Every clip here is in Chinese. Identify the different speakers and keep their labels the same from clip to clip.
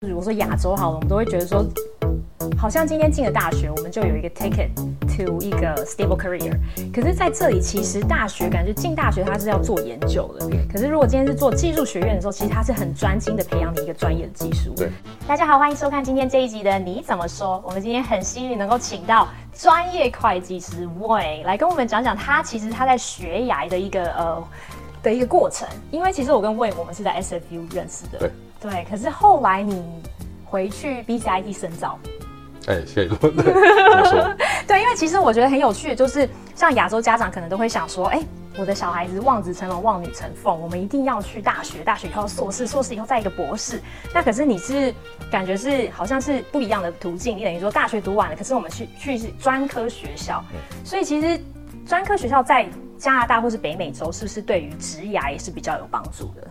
Speaker 1: 比如说亚洲好了，我们都会觉得说，好像今天进了大学，我们就有一个 ticket to 一个 stable career。可是在这里，其实大学感觉进大学它是要做研究的。可是如果今天是做技术学院的时候，其实它是很专精的培养你一个专业的技术。
Speaker 2: 对，
Speaker 1: 大家好，欢迎收看今天这一集的《你怎么说》。我们今天很幸运能够请到专业会计师 Wayne 来跟我们讲讲他其实他在学涯的一个呃的一个过程。因为其实我跟 Wayne 我们是在 SFU 认识的。
Speaker 2: 对
Speaker 1: 对，可是后来你回去 BCIT E 深造，
Speaker 2: 哎、谢 谢对怎么说？
Speaker 1: 对，因为其实我觉得很有趣的就是，像亚洲家长可能都会想说，哎、我的小孩子望子成龙、望女成凤，我们一定要去大学，大学以后硕士，硕士以后再一个博士。那可是你是感觉是好像是不一样的途径，你等于说大学读完了，可是我们去去是专科学校，
Speaker 2: 嗯
Speaker 1: 所以其实专科学校在加拿大或是北美洲，是不是对于职涯也是比较有帮助的？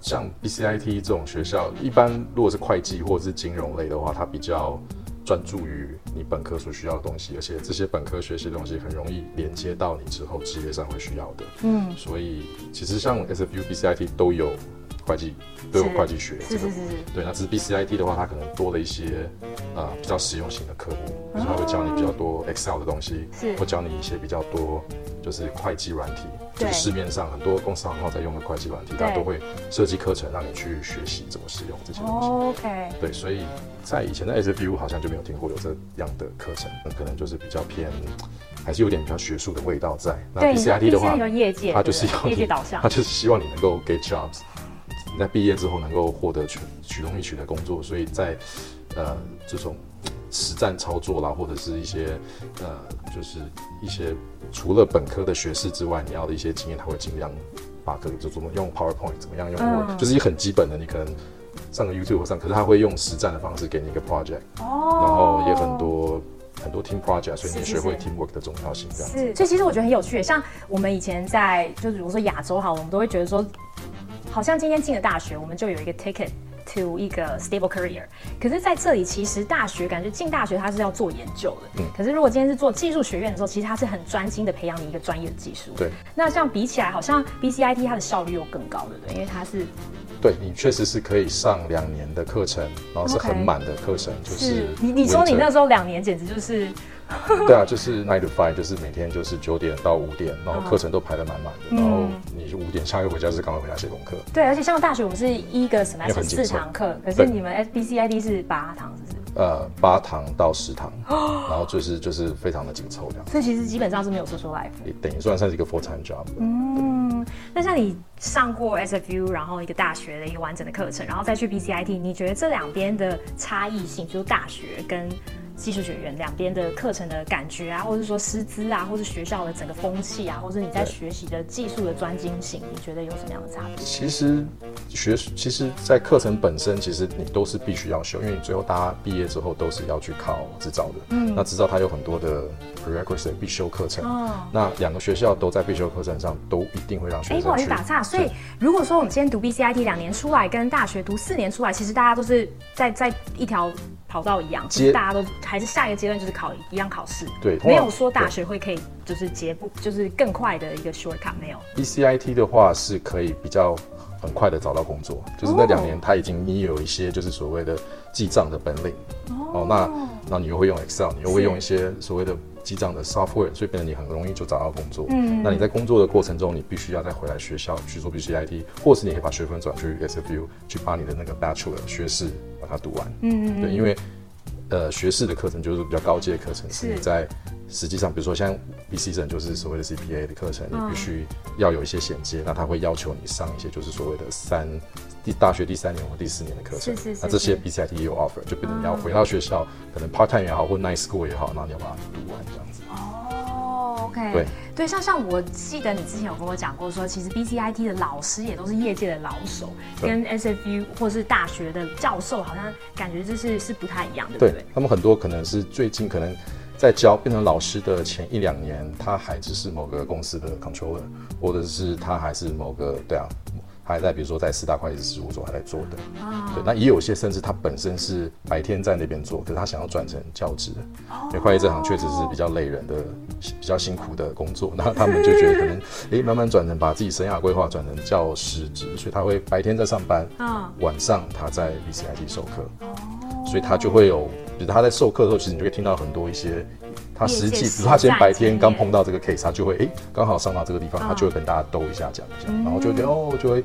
Speaker 2: 像 BCIT 这种学校，一般如果是会计或者是金融类的话，它比较专注于你本科所需要的东西，而且这些本科学习的东西很容易连接到你之后职业上会需要的。
Speaker 1: 嗯，
Speaker 2: 所以其实像 SFU、BCIT 都有会计，都有会计学
Speaker 1: 是
Speaker 2: 这
Speaker 1: 是
Speaker 2: 个
Speaker 1: 是是。
Speaker 2: 对，那只是 BCIT 的话，它可能多了一些呃比较实用型的科目，就是它会教你比较多 Excel 的东西，
Speaker 1: 哦是
Speaker 2: 会教你一些比较多就是会计软体，就
Speaker 1: 对
Speaker 2: 是市面上很多公司行号在用的会计软体，它
Speaker 1: 对
Speaker 2: 都会设计课程让你去学习怎么使用这些东西。
Speaker 1: 哦 OK，
Speaker 2: 对，所以在以前的 SFU 好像就没有听过有这样的课程，可能就是比较偏，还是有点比较学术的味道在。那
Speaker 1: 对
Speaker 2: BCIT 的话
Speaker 1: ，BCIT 就，业界，
Speaker 2: 它就是
Speaker 1: 对不
Speaker 2: 要
Speaker 1: 对业
Speaker 2: 你
Speaker 1: 界导向
Speaker 2: 它。就是希望你能够 get jobs，你在毕业之后能够获得取取容易取得工作，所以在呃这种实战操作啦，或者是一些呃就是一些除了本科的学士之外，你要的一些经验，他会尽量把各个就怎么用 PowerPoint，怎么样用 Word，、
Speaker 1: 嗯
Speaker 2: 就是一很基本的，你可能上个 YouTube 或上，可是他会用实战的方式给你一个 project，
Speaker 1: 哦
Speaker 2: 然后也很多。很多 team project，所以你
Speaker 1: 是是
Speaker 2: 学会
Speaker 1: 是
Speaker 2: teamwork 的重要性，这样子。
Speaker 1: 是，所以其实我觉得很有趣。像我们以前在，就比如说亚洲好了，我们都会觉得说，好像今天进了大学，我们就有一个 ticket to 一个 stable career。可是在这里，其实大学感觉进大学它是要做研究的。
Speaker 2: 嗯
Speaker 1: 可是如果今天是做技术学院的时候，其实它是很专心的培养你一个专业的技术。
Speaker 2: 对。
Speaker 1: 那这样比起来，好像 BCIT 它的效率又更高，对不对？因为它是
Speaker 2: 对你确实是可以上两年的课程，然后是
Speaker 1: OK
Speaker 2: 很满的课程，就是
Speaker 1: 你你说你那
Speaker 2: winter-
Speaker 1: 时候两年简直就是
Speaker 2: 对啊，就是 nine to five，就是每天就是九点到五点，然后课程都排得满满
Speaker 1: 嗯
Speaker 2: 的，然后你五点下课回家就是赶快回家写功课，
Speaker 1: 对，而且像大学我们是一个 semester
Speaker 2: 很谨
Speaker 1: 四
Speaker 2: 慎
Speaker 1: 堂课，可是
Speaker 2: 对
Speaker 1: 你们 BCIT 是八堂，是不是？
Speaker 2: 呃，八堂到 十堂，然后就是就是非常的紧凑这样，
Speaker 1: 所以其实基本上是没有说出来。
Speaker 2: 也等于算是一个 full time job 了。
Speaker 1: 嗯，那像你上过 SFU，然后一个大学的一个完整的课程，然后再去 BCIT，你觉得这两边的差异性，就是大学跟技术学院两边的课程的感觉啊，或者说师资啊，或是学校的整个风气啊，或者你在
Speaker 2: 对
Speaker 1: 学习的技术的专精性，你觉得有什么样的差别？
Speaker 2: 其实学，其实，在课程本身，其实你都是必须要修，因为你最后大家毕业之后都是要去考执照的。嗯，那执照它有很多的 prerequisite 必修课程。
Speaker 1: 哦
Speaker 2: 那两个学校都在必修课程上都一定会让
Speaker 1: 哎、
Speaker 2: 学
Speaker 1: 不好
Speaker 2: 生
Speaker 1: 意思。
Speaker 2: 去
Speaker 1: 打岔，所以如果说我们今天读 BCIT 两年出来，跟大学读四年出来，其实大家都是在在一条跑道一样，就是
Speaker 2: 接
Speaker 1: 大家都还是下一个阶段就是考一样考试，
Speaker 2: 对通常
Speaker 1: 没有说大学会可以就是捷步，就是更快的一个 shortcut 没有。
Speaker 2: BCIT 的话是可以比较很快的找到工作，就是那两年他已经你有一些就是所谓的记账的本领。哦，那那你又会用 Excel，你又
Speaker 1: 是
Speaker 2: 会用一些所谓的记账的 software，所以变得你很容易就找到工作。
Speaker 1: 嗯
Speaker 2: 那你在工作的过程中，你必须要再回来学校去做 BCIT，或是你可以把学分转去 SFU，去把你的那个 bachelor 学士把它读完。
Speaker 1: 嗯，
Speaker 2: 对，因为呃学士的课程就是比较高阶的课程，
Speaker 1: 是
Speaker 2: 是你在实际上，比如说像 B C 证就是所谓的 CPA 的课程，你
Speaker 1: 嗯
Speaker 2: 必须要有一些衔接，那他会要求你上一些就是所谓的三第大学第三年或第四年的课程，
Speaker 1: 是是是嗯
Speaker 2: 那这些 B C I T 也有 offer，就变成你要回到学校，可能 part time 也好或 night school 也好，然后你要把它读完这样子。
Speaker 1: 哦，OK，
Speaker 2: 对
Speaker 1: 对，像像我记得你之前有跟我讲过说，其实 BCIT 的老师也都是业界的老手，
Speaker 2: 对
Speaker 1: 跟 SFU 或是大学的教授好像感觉就是是不太一样，对不
Speaker 2: 对
Speaker 1: 对？
Speaker 2: 他们很多可能是最近可能在教变成老师的前一两年，他还只是某个公司的 controller，或者是他还是某个对啊，还在比如说在四大会计师事务所还在做的。
Speaker 1: 啊
Speaker 2: 对，，那也有些甚至他本身是白天在那边做，可是他想要转成教职，
Speaker 1: 哦
Speaker 2: 因为会计这行确实是比较累人的、比较辛苦的工作。那他们就觉得可 能，诶，慢慢转成把自己生涯规划转成教师职，所以他会白天在上班，
Speaker 1: 嗯
Speaker 2: 晚上他在 VCIT 授课，所以他就会有，比如他在授课的时候，其实你就会听到很多一些。他实
Speaker 1: 业界
Speaker 2: 际，
Speaker 1: 实
Speaker 2: 比如他今天白
Speaker 1: 战经
Speaker 2: 天
Speaker 1: 验
Speaker 2: 刚碰到这个 case，他就会诶，刚好上到这个地方，他就会跟大家兜一下讲一下，然后就会觉得哦，就会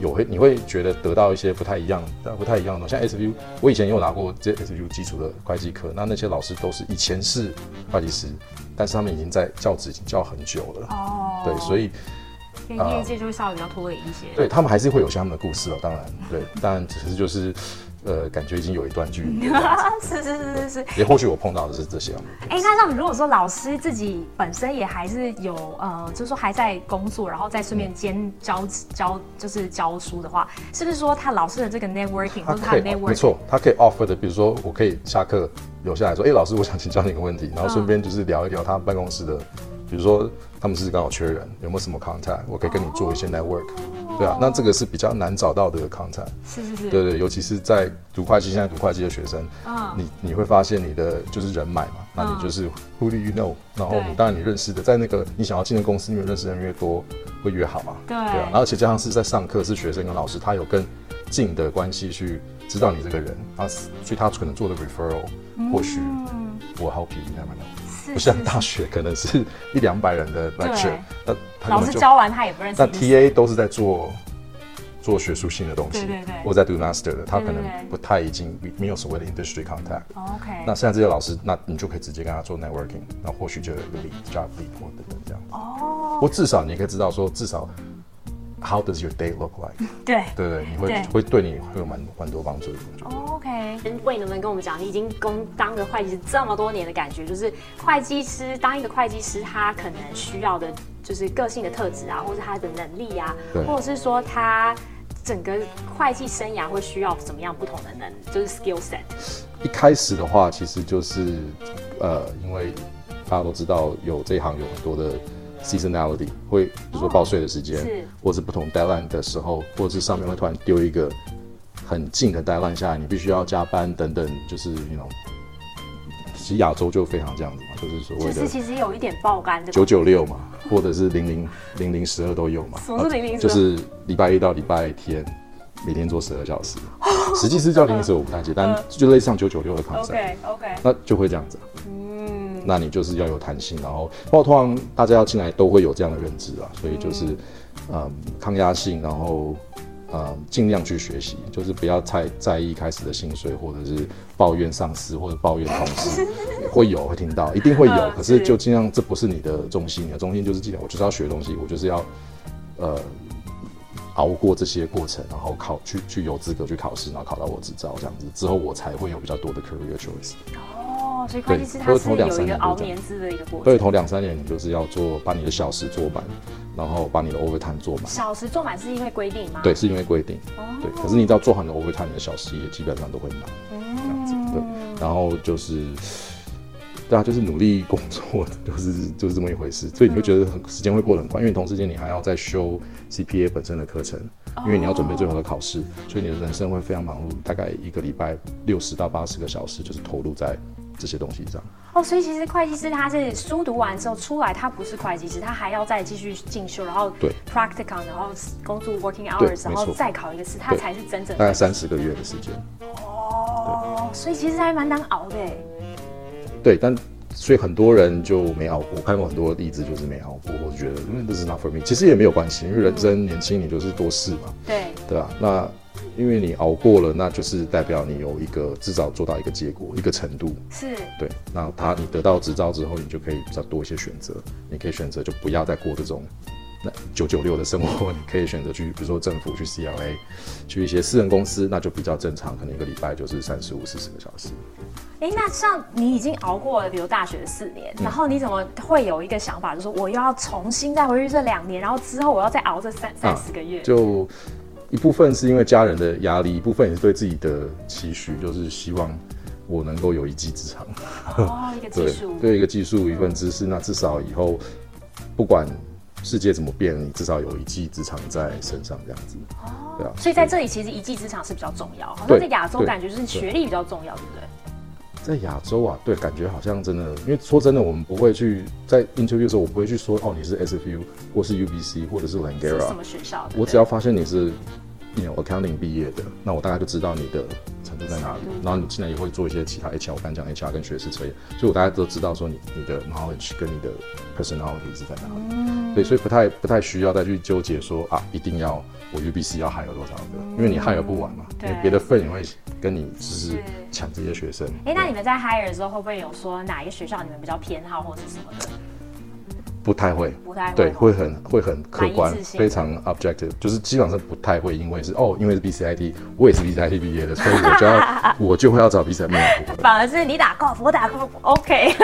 Speaker 2: 有会你会觉得得到一些不太一样、不太一样的东西。像 SVU，我以前也有拿过这 SVU 基础的会计课，那那些老师都是以前是会计师，但是他们已经在教职已经教很久了，
Speaker 1: 哦
Speaker 2: 对，所以
Speaker 1: 跟业界就会稍微比较脱轨一些。
Speaker 2: 对他们还是会有些他们的故事哦，当然对，但只是就是呃，感觉已经有一段距离了，
Speaker 1: 是是是是是。
Speaker 2: 也或许我碰到的是这些哦。
Speaker 1: 哎、那像如果说老师自己本身也还是有呃，就是说还在工作，然后再顺便
Speaker 2: 嗯
Speaker 1: 兼教教就是教书的话，是不是说他老师的这个 networking
Speaker 2: 他
Speaker 1: 或者他
Speaker 2: 可以哦
Speaker 1: 的 networking，
Speaker 2: 没错，他可以 offer 的，比如说我可以下课留下来说，哎、老师，我想请教你一个问题，然后顺便就是聊一聊他办公室的，比如说他们是刚好缺人，有没有什么 contact，我可以跟你做一些 network，、对啊，那这个是比较难找到的 contact，
Speaker 1: 是是是，
Speaker 2: 对对，尤其是在读会计，现在读会计的学生，
Speaker 1: 嗯
Speaker 2: 你你会发现你的就是人脉嘛，那你就是 who do you know，然后
Speaker 1: 对
Speaker 2: 你当然你认识的，在那个你想要进的公司里面认识的人越多，会越好啊，
Speaker 1: 对
Speaker 2: 啊，然后而且加上是在上课，是学生跟老师，他有更近的关系去知道你这个人啊，所以他可能做的 referral，、或许
Speaker 1: 嗯，
Speaker 2: 我 help you，你看没有？
Speaker 1: 是
Speaker 2: 不
Speaker 1: 是
Speaker 2: 像大学可能是一两百人的 lecture，那他
Speaker 1: 老
Speaker 2: 根
Speaker 1: 师
Speaker 2: 本就
Speaker 1: 教完他也不认识
Speaker 2: 那
Speaker 1: 你
Speaker 2: TA 都是在做做学术性的东西，
Speaker 1: 对对对
Speaker 2: 或者在 do master 的，他
Speaker 1: 对
Speaker 2: 可
Speaker 1: 对
Speaker 2: 能
Speaker 1: 对
Speaker 2: 不太已经没有所谓的 industry contact。
Speaker 1: OK，
Speaker 2: 那现在这些老师，那你就可以直接跟他做 networking，那或许就有一个 lead job lead 或等等这样子。
Speaker 1: 哦，
Speaker 2: 或至少你可以知道说，至少 how does your day look like？
Speaker 1: 对
Speaker 2: 对不对？你会
Speaker 1: 对
Speaker 2: 会对你会有蛮蛮多帮助的。我觉得
Speaker 3: 哦
Speaker 1: ，OK，
Speaker 3: 魏能不能跟我们讲，你已经工当个会计师这么多年的感觉，就是会计师当一个会计师，他可能需要的就是个性的特质啊，或者他的能力啊
Speaker 2: 对，
Speaker 3: 或者是说他整个会计生涯会需要怎么样不同的能，就是 skill set。
Speaker 2: 一开始的话，其实就是呃，因为大家都知道有这一行有很多的 seasonality，会比如说报税的时间，
Speaker 3: 是
Speaker 2: 或者是不同 deadline 的时候，或者是上面会突然丢一个很近的 deadline 下来，你必须要加班等等，就是那种。其实亚洲就非常这样子嘛，就是所谓
Speaker 3: 就
Speaker 2: 的
Speaker 3: 是其实有一点爆肝的
Speaker 2: 九九六嘛，或者是零零零零十二都有嘛。啊
Speaker 3: 什么是0012
Speaker 2: 就是礼拜一到礼拜天，每天做十二 小时。实际是叫零零十二，我不太记得，但就类似像九九六的 concept。
Speaker 3: 嗯 OK，
Speaker 2: 那就会这样子、嗯，那你就是要有弹性，然后包括通常大家要进来都会有这样的认知啊，所以就是，嗯，抗压性，然后，呃，尽量去学习，就是不要太在意一开始的薪水，或者是抱怨上司或者抱怨同 事，会有会听到，一定会有，
Speaker 3: 嗯
Speaker 2: 可是
Speaker 3: 是
Speaker 2: 就尽量这不是你的中心，你的中心就是记得我就是要学东西，我就是要，呃。熬过这些过程，然后考去去有资格去考试，然后考到我执照这样子之后，我才会有比较多的 career choice。
Speaker 3: 哦，所以会计师
Speaker 2: 对
Speaker 3: 他
Speaker 2: 会
Speaker 3: 是
Speaker 2: 投两
Speaker 3: 有
Speaker 2: 三
Speaker 3: 一个
Speaker 2: 年
Speaker 3: 熬
Speaker 2: 都这样
Speaker 3: 年资的一个过
Speaker 2: 对，
Speaker 3: 程。
Speaker 2: 头两三年你就是要做，把你的小时做满，然后把你的 overtime 做满。
Speaker 3: 小时做满是因为规定吗？
Speaker 2: 对，，是因为规定。对，可是你只要做好你的 overtime，你的小时也基本上都会满，这样子。对，然后就是，对啊，就是努力工作， 就是就是这么一回事。所以你会觉得很时间会过得很快，因为同时间你还要再修 CPA 本身的课程，因为你要准备最后的考试，所以你的人生会非常忙碌，大概一个礼拜六十到八十个小时就是投入在这些东西上。
Speaker 3: 哦，所以其实会计师他是书读完之后出来，他不是会计师，他还要再继续进修，然后
Speaker 2: 对
Speaker 3: practicum，然后工作 working
Speaker 2: 对
Speaker 3: hours，然
Speaker 2: 没
Speaker 3: 后
Speaker 2: 错
Speaker 3: 再考一个试，他
Speaker 2: 对哎
Speaker 3: 才是真正
Speaker 2: 大概
Speaker 3: 的。
Speaker 2: 三十个月的时间。
Speaker 3: 哦，所以其实还蛮难熬的耶。
Speaker 2: 对，但所以很多人就没熬过，我看过很多例子就是没熬过，我就觉得因为这是 not for me，其实也没有关系，因为人生年轻你就是多试嘛，
Speaker 3: 对，
Speaker 2: 对吧、那因为你熬过了，那就是代表你有一个至少做到一个结果，一个程度。
Speaker 3: 是
Speaker 2: 对，那他你得到执照之后，你就可以比较多一些选择，你可以选择就不要再过这种那九九六的生活， 你可以选择去，比如说政府去 CLA，去一些私人公司，那就比较正常，可能一个礼拜就是三十五、四十个小时。
Speaker 1: 哎，那像你已经熬过了，比如大学的四年，
Speaker 2: 嗯
Speaker 1: 然后你怎么会有一个想法，就是说我又要重新再回去这两年，然后之后我要再熬这三三十个月？
Speaker 2: 啊就一部分是因为家人的压力，一部分也是对自己的期许，就是希望我能够有一技之长。
Speaker 3: 哦，一个技
Speaker 2: 对
Speaker 3: 术，
Speaker 2: 对一个技术一份知识，那至少以后不管世界怎么变，你至少有一技之长在身上这样子。
Speaker 3: 哦
Speaker 2: 对啊，
Speaker 1: 所以在这里其实一技之长是比较重要，好像
Speaker 2: 对
Speaker 1: 在亚洲
Speaker 2: 对
Speaker 1: 感觉就是学历比较重要，对不对？
Speaker 2: 在亚洲啊，对，感觉好像真的，因为说真的，我们不会去在 interview 的时候，我不会去说哦，你是 SFU 或是 UBC 或者是
Speaker 1: 是什
Speaker 2: Langara，
Speaker 1: 么学校？对不对
Speaker 2: 我只要发现你是 you know, accounting 毕业的，那我大概就知道你的程度在哪里。然后你现在也会做一些其他 HR，我刚讲 HR 跟学士测验，所以我大家都知道说你你的 knowledge 跟你的 personality 是在哪里。
Speaker 1: 嗯
Speaker 2: 对，所以不太不太需要再去纠结说啊，一定要我 UBC 要 hire 多少个，因为你 hire 不完嘛，因
Speaker 1: 嗯对
Speaker 2: 为别的份也会跟你就是
Speaker 3: 是
Speaker 2: 抢这些学生。
Speaker 1: 哎、那你们在 hire 的时候会不会有说哪一个学校你们比较偏好或者是什么的？
Speaker 2: 不太会，
Speaker 1: 不太会
Speaker 2: 对，
Speaker 1: 哈
Speaker 2: 会很会很客观
Speaker 1: 蛮一致，性的
Speaker 2: 非常 objective，就是基本上不太会，因为是哦，因为是 BCIT，我也是 BCIT 毕业的，所以我 就要我就会要找 BCIT 没有不会
Speaker 1: 反而是你打 golf，我打 golf，OK，、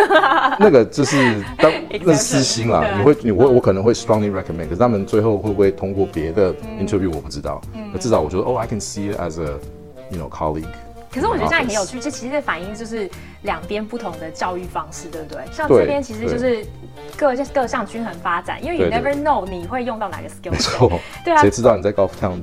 Speaker 2: 那个就是当
Speaker 1: Exactly，
Speaker 2: 那私心啦，
Speaker 1: 对
Speaker 2: 你会你会我可能会 strongly recommend，可是他们最后会不会通过别的
Speaker 1: 嗯
Speaker 2: interview 我不知道，那至少我觉得哦，I can see it as a you know colleague。
Speaker 1: 可是我觉得这样也很有趣，这其实反映就是两边不同的教育方式，对不对？像
Speaker 2: 对
Speaker 1: 这边其实就是各各项均衡发展，因为 you
Speaker 2: 对对
Speaker 1: never know 你会用到哪个 skill。
Speaker 2: 没错，
Speaker 1: 对啊
Speaker 2: 谁知道你在 golf town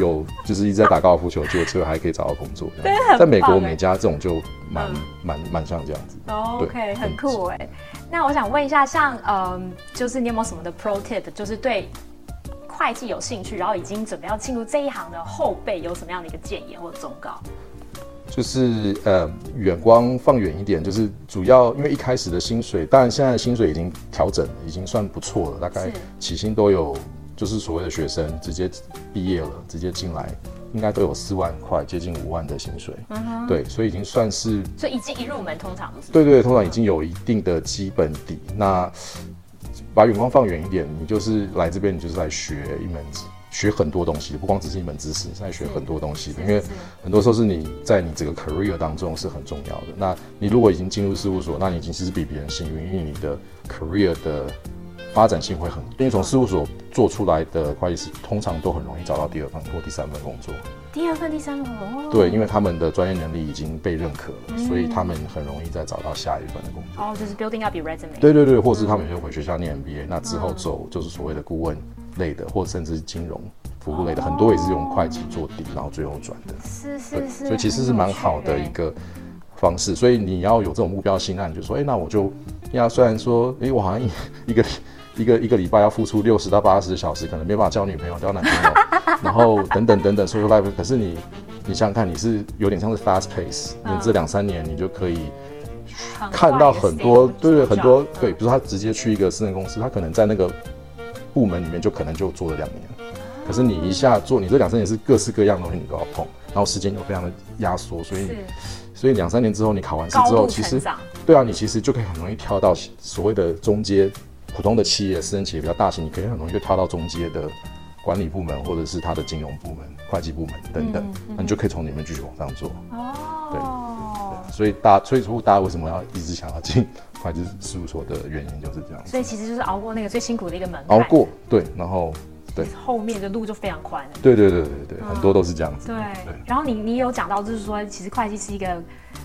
Speaker 2: 有就是一直在打高尔夫球，结果最后还可以找到工作。这样在美国
Speaker 1: 棒哎嗯
Speaker 2: 每家这种就蛮蛮蛮像这样子。
Speaker 1: 哦
Speaker 2: 对
Speaker 1: OK，很
Speaker 2: 很
Speaker 1: 酷哎。那我想问一下，像嗯，就是你有没有什么的 pro tip，就是对会计有兴趣，然后已经准备要进入这一行的后辈，有什么样的一个建议或忠告？
Speaker 2: 就是呃，远光放远一点，就是主要因为一开始的薪水，当然现在的薪水已经调整，已经算不错了，大概
Speaker 1: 是
Speaker 2: 起薪都有，就是所谓的学生直接毕业了，直接进来，应该都有四万块，接近五万的薪水。对，所以已经算是
Speaker 1: 所以一进一入门，通常都是
Speaker 2: 对对，通常已经有一定的基本底。那把眼光放远一点，你就是来这边，你就是来学一门学很多东西，不光只是一门知识，是来学很多东西的。因为很多时候是你在你整个 career 当中是很重要的。那你如果已经进入事务所，那你已经是比别人幸运，因为你的 career 的发展性会很，因为从事务所做出来的会计师，通常都很容易找到第二份或第三份工作。
Speaker 1: 第二份、第三份哦。
Speaker 2: 对，因为他们的专业能力已经被认可了，所以他们很容易再找到下一份的工作。
Speaker 1: 哦，就是 building up your resume。
Speaker 2: 对对对，或是他们也回学校念 MBA，那之后走就是所谓的顾问类的，或甚至金融服务类的，很多也是用会计做底，然后最后转的。
Speaker 1: 是
Speaker 2: 对，
Speaker 1: 是是，
Speaker 2: 所以其实是蛮好的一个方式。所以你要有这种目标性，那你就说，哎、那我就呀，虽然说，哎、我好像一一个一个一个礼拜要付出六十到八十小时，可能没办法交女朋友、交男朋友，然后等等等等 social life，可是你你想想看，你是有点像是 fast pace，你
Speaker 1: 嗯
Speaker 2: 这两三年你就可以。
Speaker 1: 很快
Speaker 2: 看到
Speaker 1: 的
Speaker 2: 很
Speaker 1: stage
Speaker 2: 多，
Speaker 1: 的
Speaker 2: 对对，
Speaker 1: 成
Speaker 2: 很
Speaker 1: 长
Speaker 2: 多
Speaker 1: 嗯
Speaker 2: 对，比如说他直接去一个私人公司，他可能在那个部门里面就可能就做了两年，可是你一下做，你这两三年是各式各样的东西你都要碰，然后时间又非常的压缩，所以
Speaker 1: 是
Speaker 2: 所以两三年之后你考完试
Speaker 1: 高
Speaker 2: 之后，
Speaker 1: 度
Speaker 2: 其
Speaker 1: 成
Speaker 2: 实
Speaker 1: 长，
Speaker 2: 对啊，你其实就可以很容易跳到所谓的中阶，普通的企业、私人企业比较大型，你可以很容易就跳到中阶的管理部门或者是它的金融部门、会计部门等
Speaker 1: 嗯
Speaker 2: 等，那你就可以从里面继续往上做。
Speaker 1: 哦。
Speaker 2: 所以大，所以说大家为什么要一直想要进会计事务所的原因就是这样子，
Speaker 1: 所以其实就是熬过那个最辛苦的一个门槛，
Speaker 2: 熬过对，然后对，
Speaker 1: 后面的路就非常宽了。
Speaker 2: 对对对对对，
Speaker 1: 哦
Speaker 2: 很多都是这样子。
Speaker 1: 对，然后你你有讲到，就是说，其实会计是一个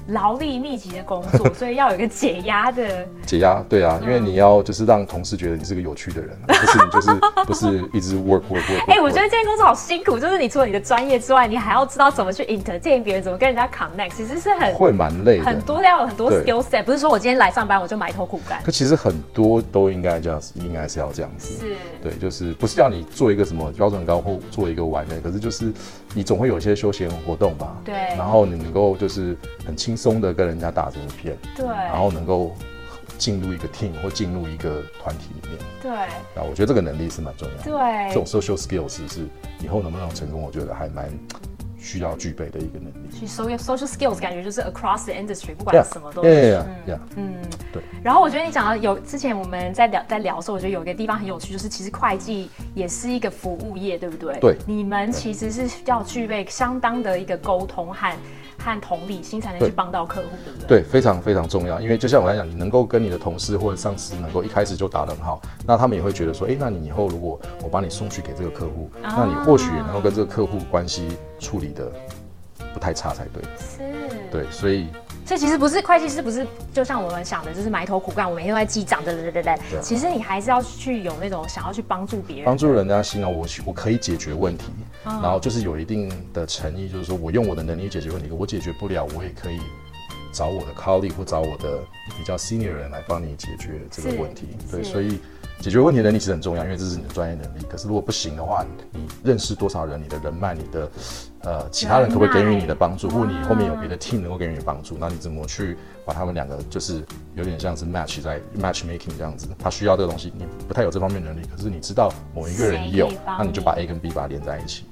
Speaker 1: 劳力密集的工 作，所以要有一个解压的。
Speaker 2: 解压，对
Speaker 1: 嗯
Speaker 2: 啊，因为你要就是让同事觉得你是个有趣的 人啊，不是你就是不是一直 work work work，
Speaker 1: 哎、
Speaker 2: work，
Speaker 1: 我觉
Speaker 2: work
Speaker 1: 得这份工作好辛苦，就是你除了你的专业之外，你还要知道怎么去 entertain 别人，怎么跟人家 connect，其实是很
Speaker 2: 会蛮累
Speaker 1: 很
Speaker 2: 的。
Speaker 1: 多要有很多
Speaker 2: 对
Speaker 1: skill set，不是说我今天来上班我就埋头苦干。
Speaker 2: 可其实很多都应该这样，子，应该是要这样子。
Speaker 1: 是，
Speaker 2: 对，就是不是要你做一个什么标准高或做一个完美，可是就是你总会有一些休闲活动吧。
Speaker 1: 对
Speaker 2: 然后你能够就是很轻松的跟人家打成一片，
Speaker 1: 对，
Speaker 2: 然后能够进入一个 team 或进入一个团体里面，
Speaker 1: 对，
Speaker 2: 啊，我觉得这个能力是蛮重要的。
Speaker 1: 对
Speaker 2: 这种 social skill 是是以后能不能成功，我觉得还蛮需要具备的一个能力。
Speaker 1: 去 social social skills，感觉就是 across the industry，不管
Speaker 2: Yeah，
Speaker 1: 是什么都
Speaker 2: yeah,
Speaker 1: 是嗯
Speaker 2: yeah, yeah, yeah.
Speaker 1: 然后我觉得你讲到有之前我们在聊在聊的时候，我觉得有一个地方很有趣，就是其实会计也是一个服务业，对不对？
Speaker 2: 对
Speaker 1: 你们其实是要具备相当的一个沟通和和同理心，才能去
Speaker 2: 对
Speaker 1: 帮到客户，对不对？
Speaker 2: 对，非常非常重要，因为就像我刚才讲，你能够跟你的同事或者上司能够一开始就打得很好，那他们也会觉得说，哎，那你以后如果我把你送去给这个客户，那你或许也能够跟这个客户关系处理的不太差才对。
Speaker 1: 是，
Speaker 2: 对，所以
Speaker 1: 所以其实不是会计师，不是就像我们想的，就是埋头苦干，我每天都在记账，对对对对
Speaker 2: 对啊
Speaker 1: 其实你还是要去有那种想要去帮助别人
Speaker 2: 帮，助人家心啊，我我可以解决问题，然后就是有一定的诚意，就是说我用我的能力解决问题，我解决不了，我也可以找我的 colleague 或找我的比较 senior 人来帮你解决这个
Speaker 1: 是
Speaker 2: 问题。对，
Speaker 3: 是
Speaker 2: 所以解决问题能力是很重要，因为这是你的专业能力。可是如果不行的话，你认识多少人，你的人脉，你的呃其他人可不可以给予你的帮助，或你后面有别的 team 能够给予你帮助，那你怎么去把他们两个就是有点像是 match 在 match making 这样子？他需要这个东西，你不太有这方面能力，可是你知道某一个人
Speaker 3: 谁
Speaker 2: 有
Speaker 3: 可以，帮
Speaker 2: 那你就把 A 跟 B 把它连在一起。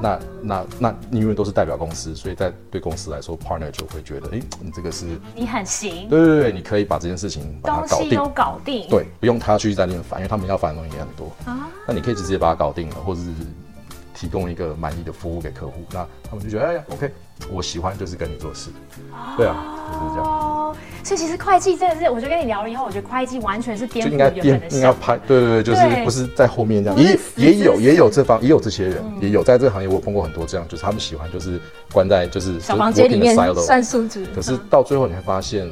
Speaker 2: 那那那，你因为都是代表公司，所以在对公司来说，partner 就会觉得，诶，你这个是
Speaker 1: 你很行，
Speaker 2: 对对对，你可以把这件事情把它
Speaker 1: 东
Speaker 2: 搞
Speaker 1: 西
Speaker 2: 定
Speaker 1: 都，搞定，
Speaker 2: 对，不用他去在那边烦，因为他们要烦的东西也很多。
Speaker 1: 啊
Speaker 2: 那你可以直接把它搞定了，或者是提供一个满意的服务给客户，那他们就觉得，哎呀，OK，我喜欢就是跟你做事，对啊，就是这样。
Speaker 1: 哦，所以其实会计真的是，我就跟你聊了以后，我觉得会计完全是颠
Speaker 2: 就
Speaker 1: 覆
Speaker 2: 应该
Speaker 1: 原
Speaker 2: 变
Speaker 1: 本的
Speaker 2: 应该
Speaker 1: 想
Speaker 2: 拍，对对对，就是
Speaker 1: 对
Speaker 2: 不是在后面这样，
Speaker 1: 不是嗯
Speaker 2: 也
Speaker 1: 死
Speaker 2: 也有
Speaker 1: 死
Speaker 2: 也有这方也有这些人，也有在这个行业我有碰过很多这样，就是他们喜欢就是关在就是
Speaker 1: 小房间里面
Speaker 2: working in a silo
Speaker 1: 算数值，
Speaker 2: 可是到最后你会发现，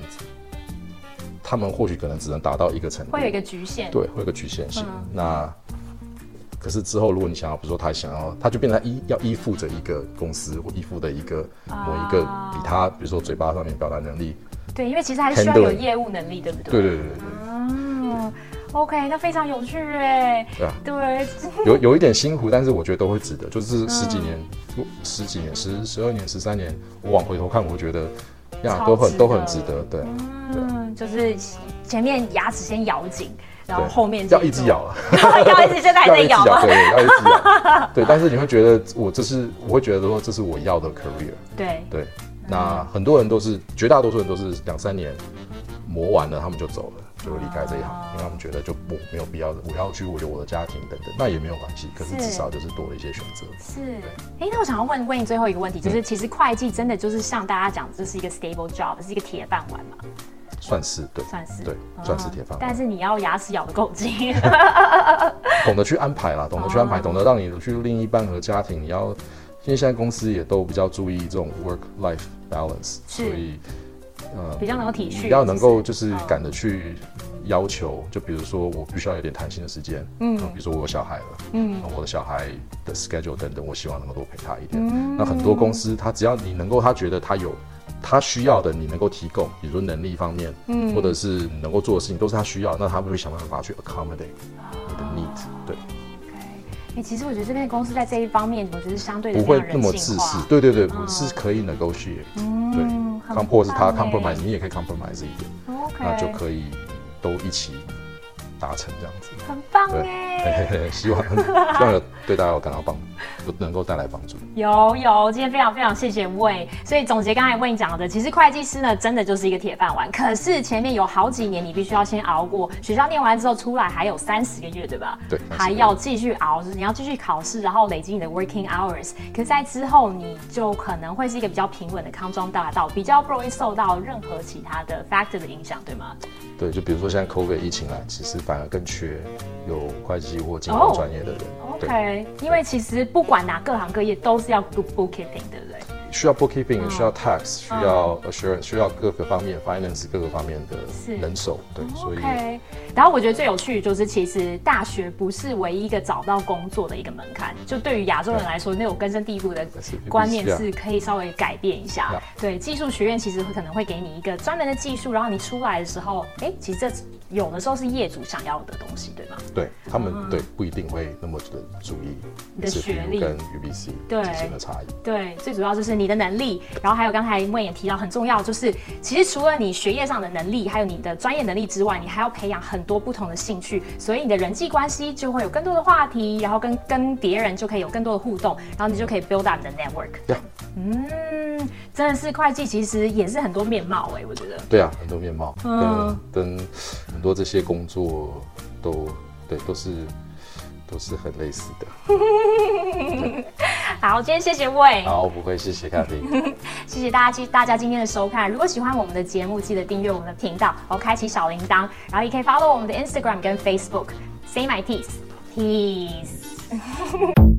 Speaker 2: 他们或许可能只能达到一个程度，
Speaker 1: 会有一个局限，
Speaker 2: 对，会有个局限性。
Speaker 1: 嗯
Speaker 2: 那可是之后，如果你想要，比如说他想要，他就变成他依要依附着一个公司或依附的一个
Speaker 1: 啊
Speaker 2: 某一个比他，比如说嘴巴上面表达能力，
Speaker 1: 对，因为其实还是需要
Speaker 2: Handling
Speaker 1: 有业务能力，对不对？
Speaker 2: 对对对对对，
Speaker 1: 嗯，OK，那非常有趣哎，
Speaker 2: 对啊，
Speaker 1: 对，
Speaker 2: 有有一点辛苦，但是我觉得都会值得。就是十
Speaker 1: 嗯
Speaker 2: 几年，十几年，十十二年、十三年，我往回头看，我觉得呀，
Speaker 1: 超
Speaker 2: 都很都很
Speaker 1: 值
Speaker 2: 值得，对，
Speaker 1: 嗯，就是前面牙齿先咬紧，然后
Speaker 2: 对
Speaker 1: 后面
Speaker 2: 要一直咬 啊。
Speaker 1: 咬，要一直现在还
Speaker 2: 要
Speaker 1: 在
Speaker 2: 一直
Speaker 1: 咬啊
Speaker 2: 咬，
Speaker 1: 吗？
Speaker 2: 对，要一直咬，对。但是你会觉得我这是，我会觉得说这是我要的 career，
Speaker 1: 对，
Speaker 2: 对。
Speaker 1: 嗯
Speaker 2: 那很多人都是，绝大多数人都是两三年磨完了，他们就走了，就离开这一
Speaker 1: 哦
Speaker 2: 行，因为他们觉得就我没有必要，我要去，我有我的家庭等等，那也没有关系。可是
Speaker 1: 是
Speaker 2: 至少就是多了一些选择。
Speaker 1: 是。哎，那我想要问问你最后一个问题，
Speaker 2: 嗯
Speaker 1: 就是其实会计真的就是像大家讲，这是一个 stable job，是一个铁饭碗嘛，
Speaker 2: 算是对，
Speaker 1: 算是哦
Speaker 2: 对，算是铁饭
Speaker 1: 但
Speaker 2: 碗。
Speaker 1: 是你要牙齿咬得够紧，
Speaker 2: 嗯懂得去安排啦，懂得去安
Speaker 1: 哦
Speaker 2: 排，懂得让你去另一半和家庭，你要，因为现在公司也都比较注意这种 work life balance，
Speaker 1: 是
Speaker 2: 所以呃
Speaker 1: 比较能够体恤，
Speaker 2: 比较能够
Speaker 1: 是
Speaker 2: 就是赶得去要求，就比如说我必须要有点弹性的时间，嗯，比如说我有小孩了，嗯，我的小孩的 schedule 等等，我希望能够多陪他一点。
Speaker 1: 嗯
Speaker 2: 那很多公司，他只要你能够，他觉得他有他需要的，你能够提供，比如说能力方面，嗯，或者是你能够做的事情都是他需要，那他们会想办法去 accommodate 你
Speaker 1: 啊
Speaker 2: 的 need，对，
Speaker 1: 哎、其实我觉得这边公司在这一方面，我觉得相对的
Speaker 2: 不会
Speaker 1: 非
Speaker 2: 那
Speaker 1: 常
Speaker 2: 么
Speaker 1: 人
Speaker 2: 自
Speaker 1: 性
Speaker 2: 私
Speaker 1: 化，，
Speaker 2: 对对对，是可以 negotiate，对
Speaker 1: 嗯，很
Speaker 2: ，com 或是他
Speaker 1: 棒耶
Speaker 2: compromise，你也可以 compromise 一点。
Speaker 1: OK，
Speaker 2: 那就可以都一起达成这样子。
Speaker 1: 很棒
Speaker 2: 对
Speaker 1: 哎。
Speaker 2: 希望希望有对大家有感到帮，有能够带来帮助。
Speaker 1: 有有，今天非常非常谢谢魏。所以总结刚才魏讲的，其实会计师呢真的就是一个铁饭碗，可是前面有好几年你必须要先熬过，学校念完之后出来还有三十个月，对吧？
Speaker 2: 对30个月
Speaker 1: 还要继续熬，就是你要继续考试，然后累积你的 working hours。可是在之后你就可能会是一个比较平稳的康庄大道，比较不容易受到任何其他的 factor 的影响，对吗？
Speaker 2: 对，就比如说现在 COVID 疫情来，其实反而更缺有会计或金
Speaker 1: 哦
Speaker 2: 融专业的人。对，
Speaker 1: OK，因为其实不管哪各行各业都是要 good bookkeeping，对不对？
Speaker 2: 需要
Speaker 1: 嗯
Speaker 2: bookkeeping，需要 tax，需要 assurance，需要各个方面 finance 各个方面的人手。对，所以
Speaker 1: 哦 OK，然后我觉得最有趣的就是，其实大学不是唯一一个找到工作的一个门槛，就对于亚洲人来说，那种根深蒂固的
Speaker 2: 是
Speaker 1: 观念
Speaker 2: 必须啊
Speaker 1: 是可以稍微改变一下。对，技术学院其实会可能会给你一个专门的技术，然后你出来的时候，哎，其实这有的时候是业主想要的东西，对吗？
Speaker 2: 对他们对不一定会那么的注意，
Speaker 1: 嗯你的
Speaker 2: 是比
Speaker 1: 学
Speaker 2: 如
Speaker 1: 历
Speaker 2: 跟 UBC
Speaker 1: 对
Speaker 2: 之间的差异。
Speaker 1: 对，最主要就是你的能力，然后还有刚才莫言提到很重要，就是其实除了你学业上的能力，还有你的专业能力之外，你还要培养很多不同的兴趣，所以你的人际关系就会有更多的话题，然后跟跟别人就可以有更多的互动，然后你就可以 build up 你的 network。
Speaker 2: Yeah
Speaker 1: 嗯，真的是会计其实也是很多面貌哎、我觉得。
Speaker 2: 对啊，很多面貌，跟、
Speaker 1: 嗯
Speaker 2: 跟很多这些工作都对，都是都是很类似的。
Speaker 1: 好，今天谢谢魏。
Speaker 2: 好，不会谢谢咖啡。
Speaker 1: 谢谢大家今大家今天的收看。如果喜欢我们的节目，记得订阅我们的频道，然后开启小铃铛，然后也可以 follow 我们的 Instagram 跟 Facebook。Say my teeth, peace.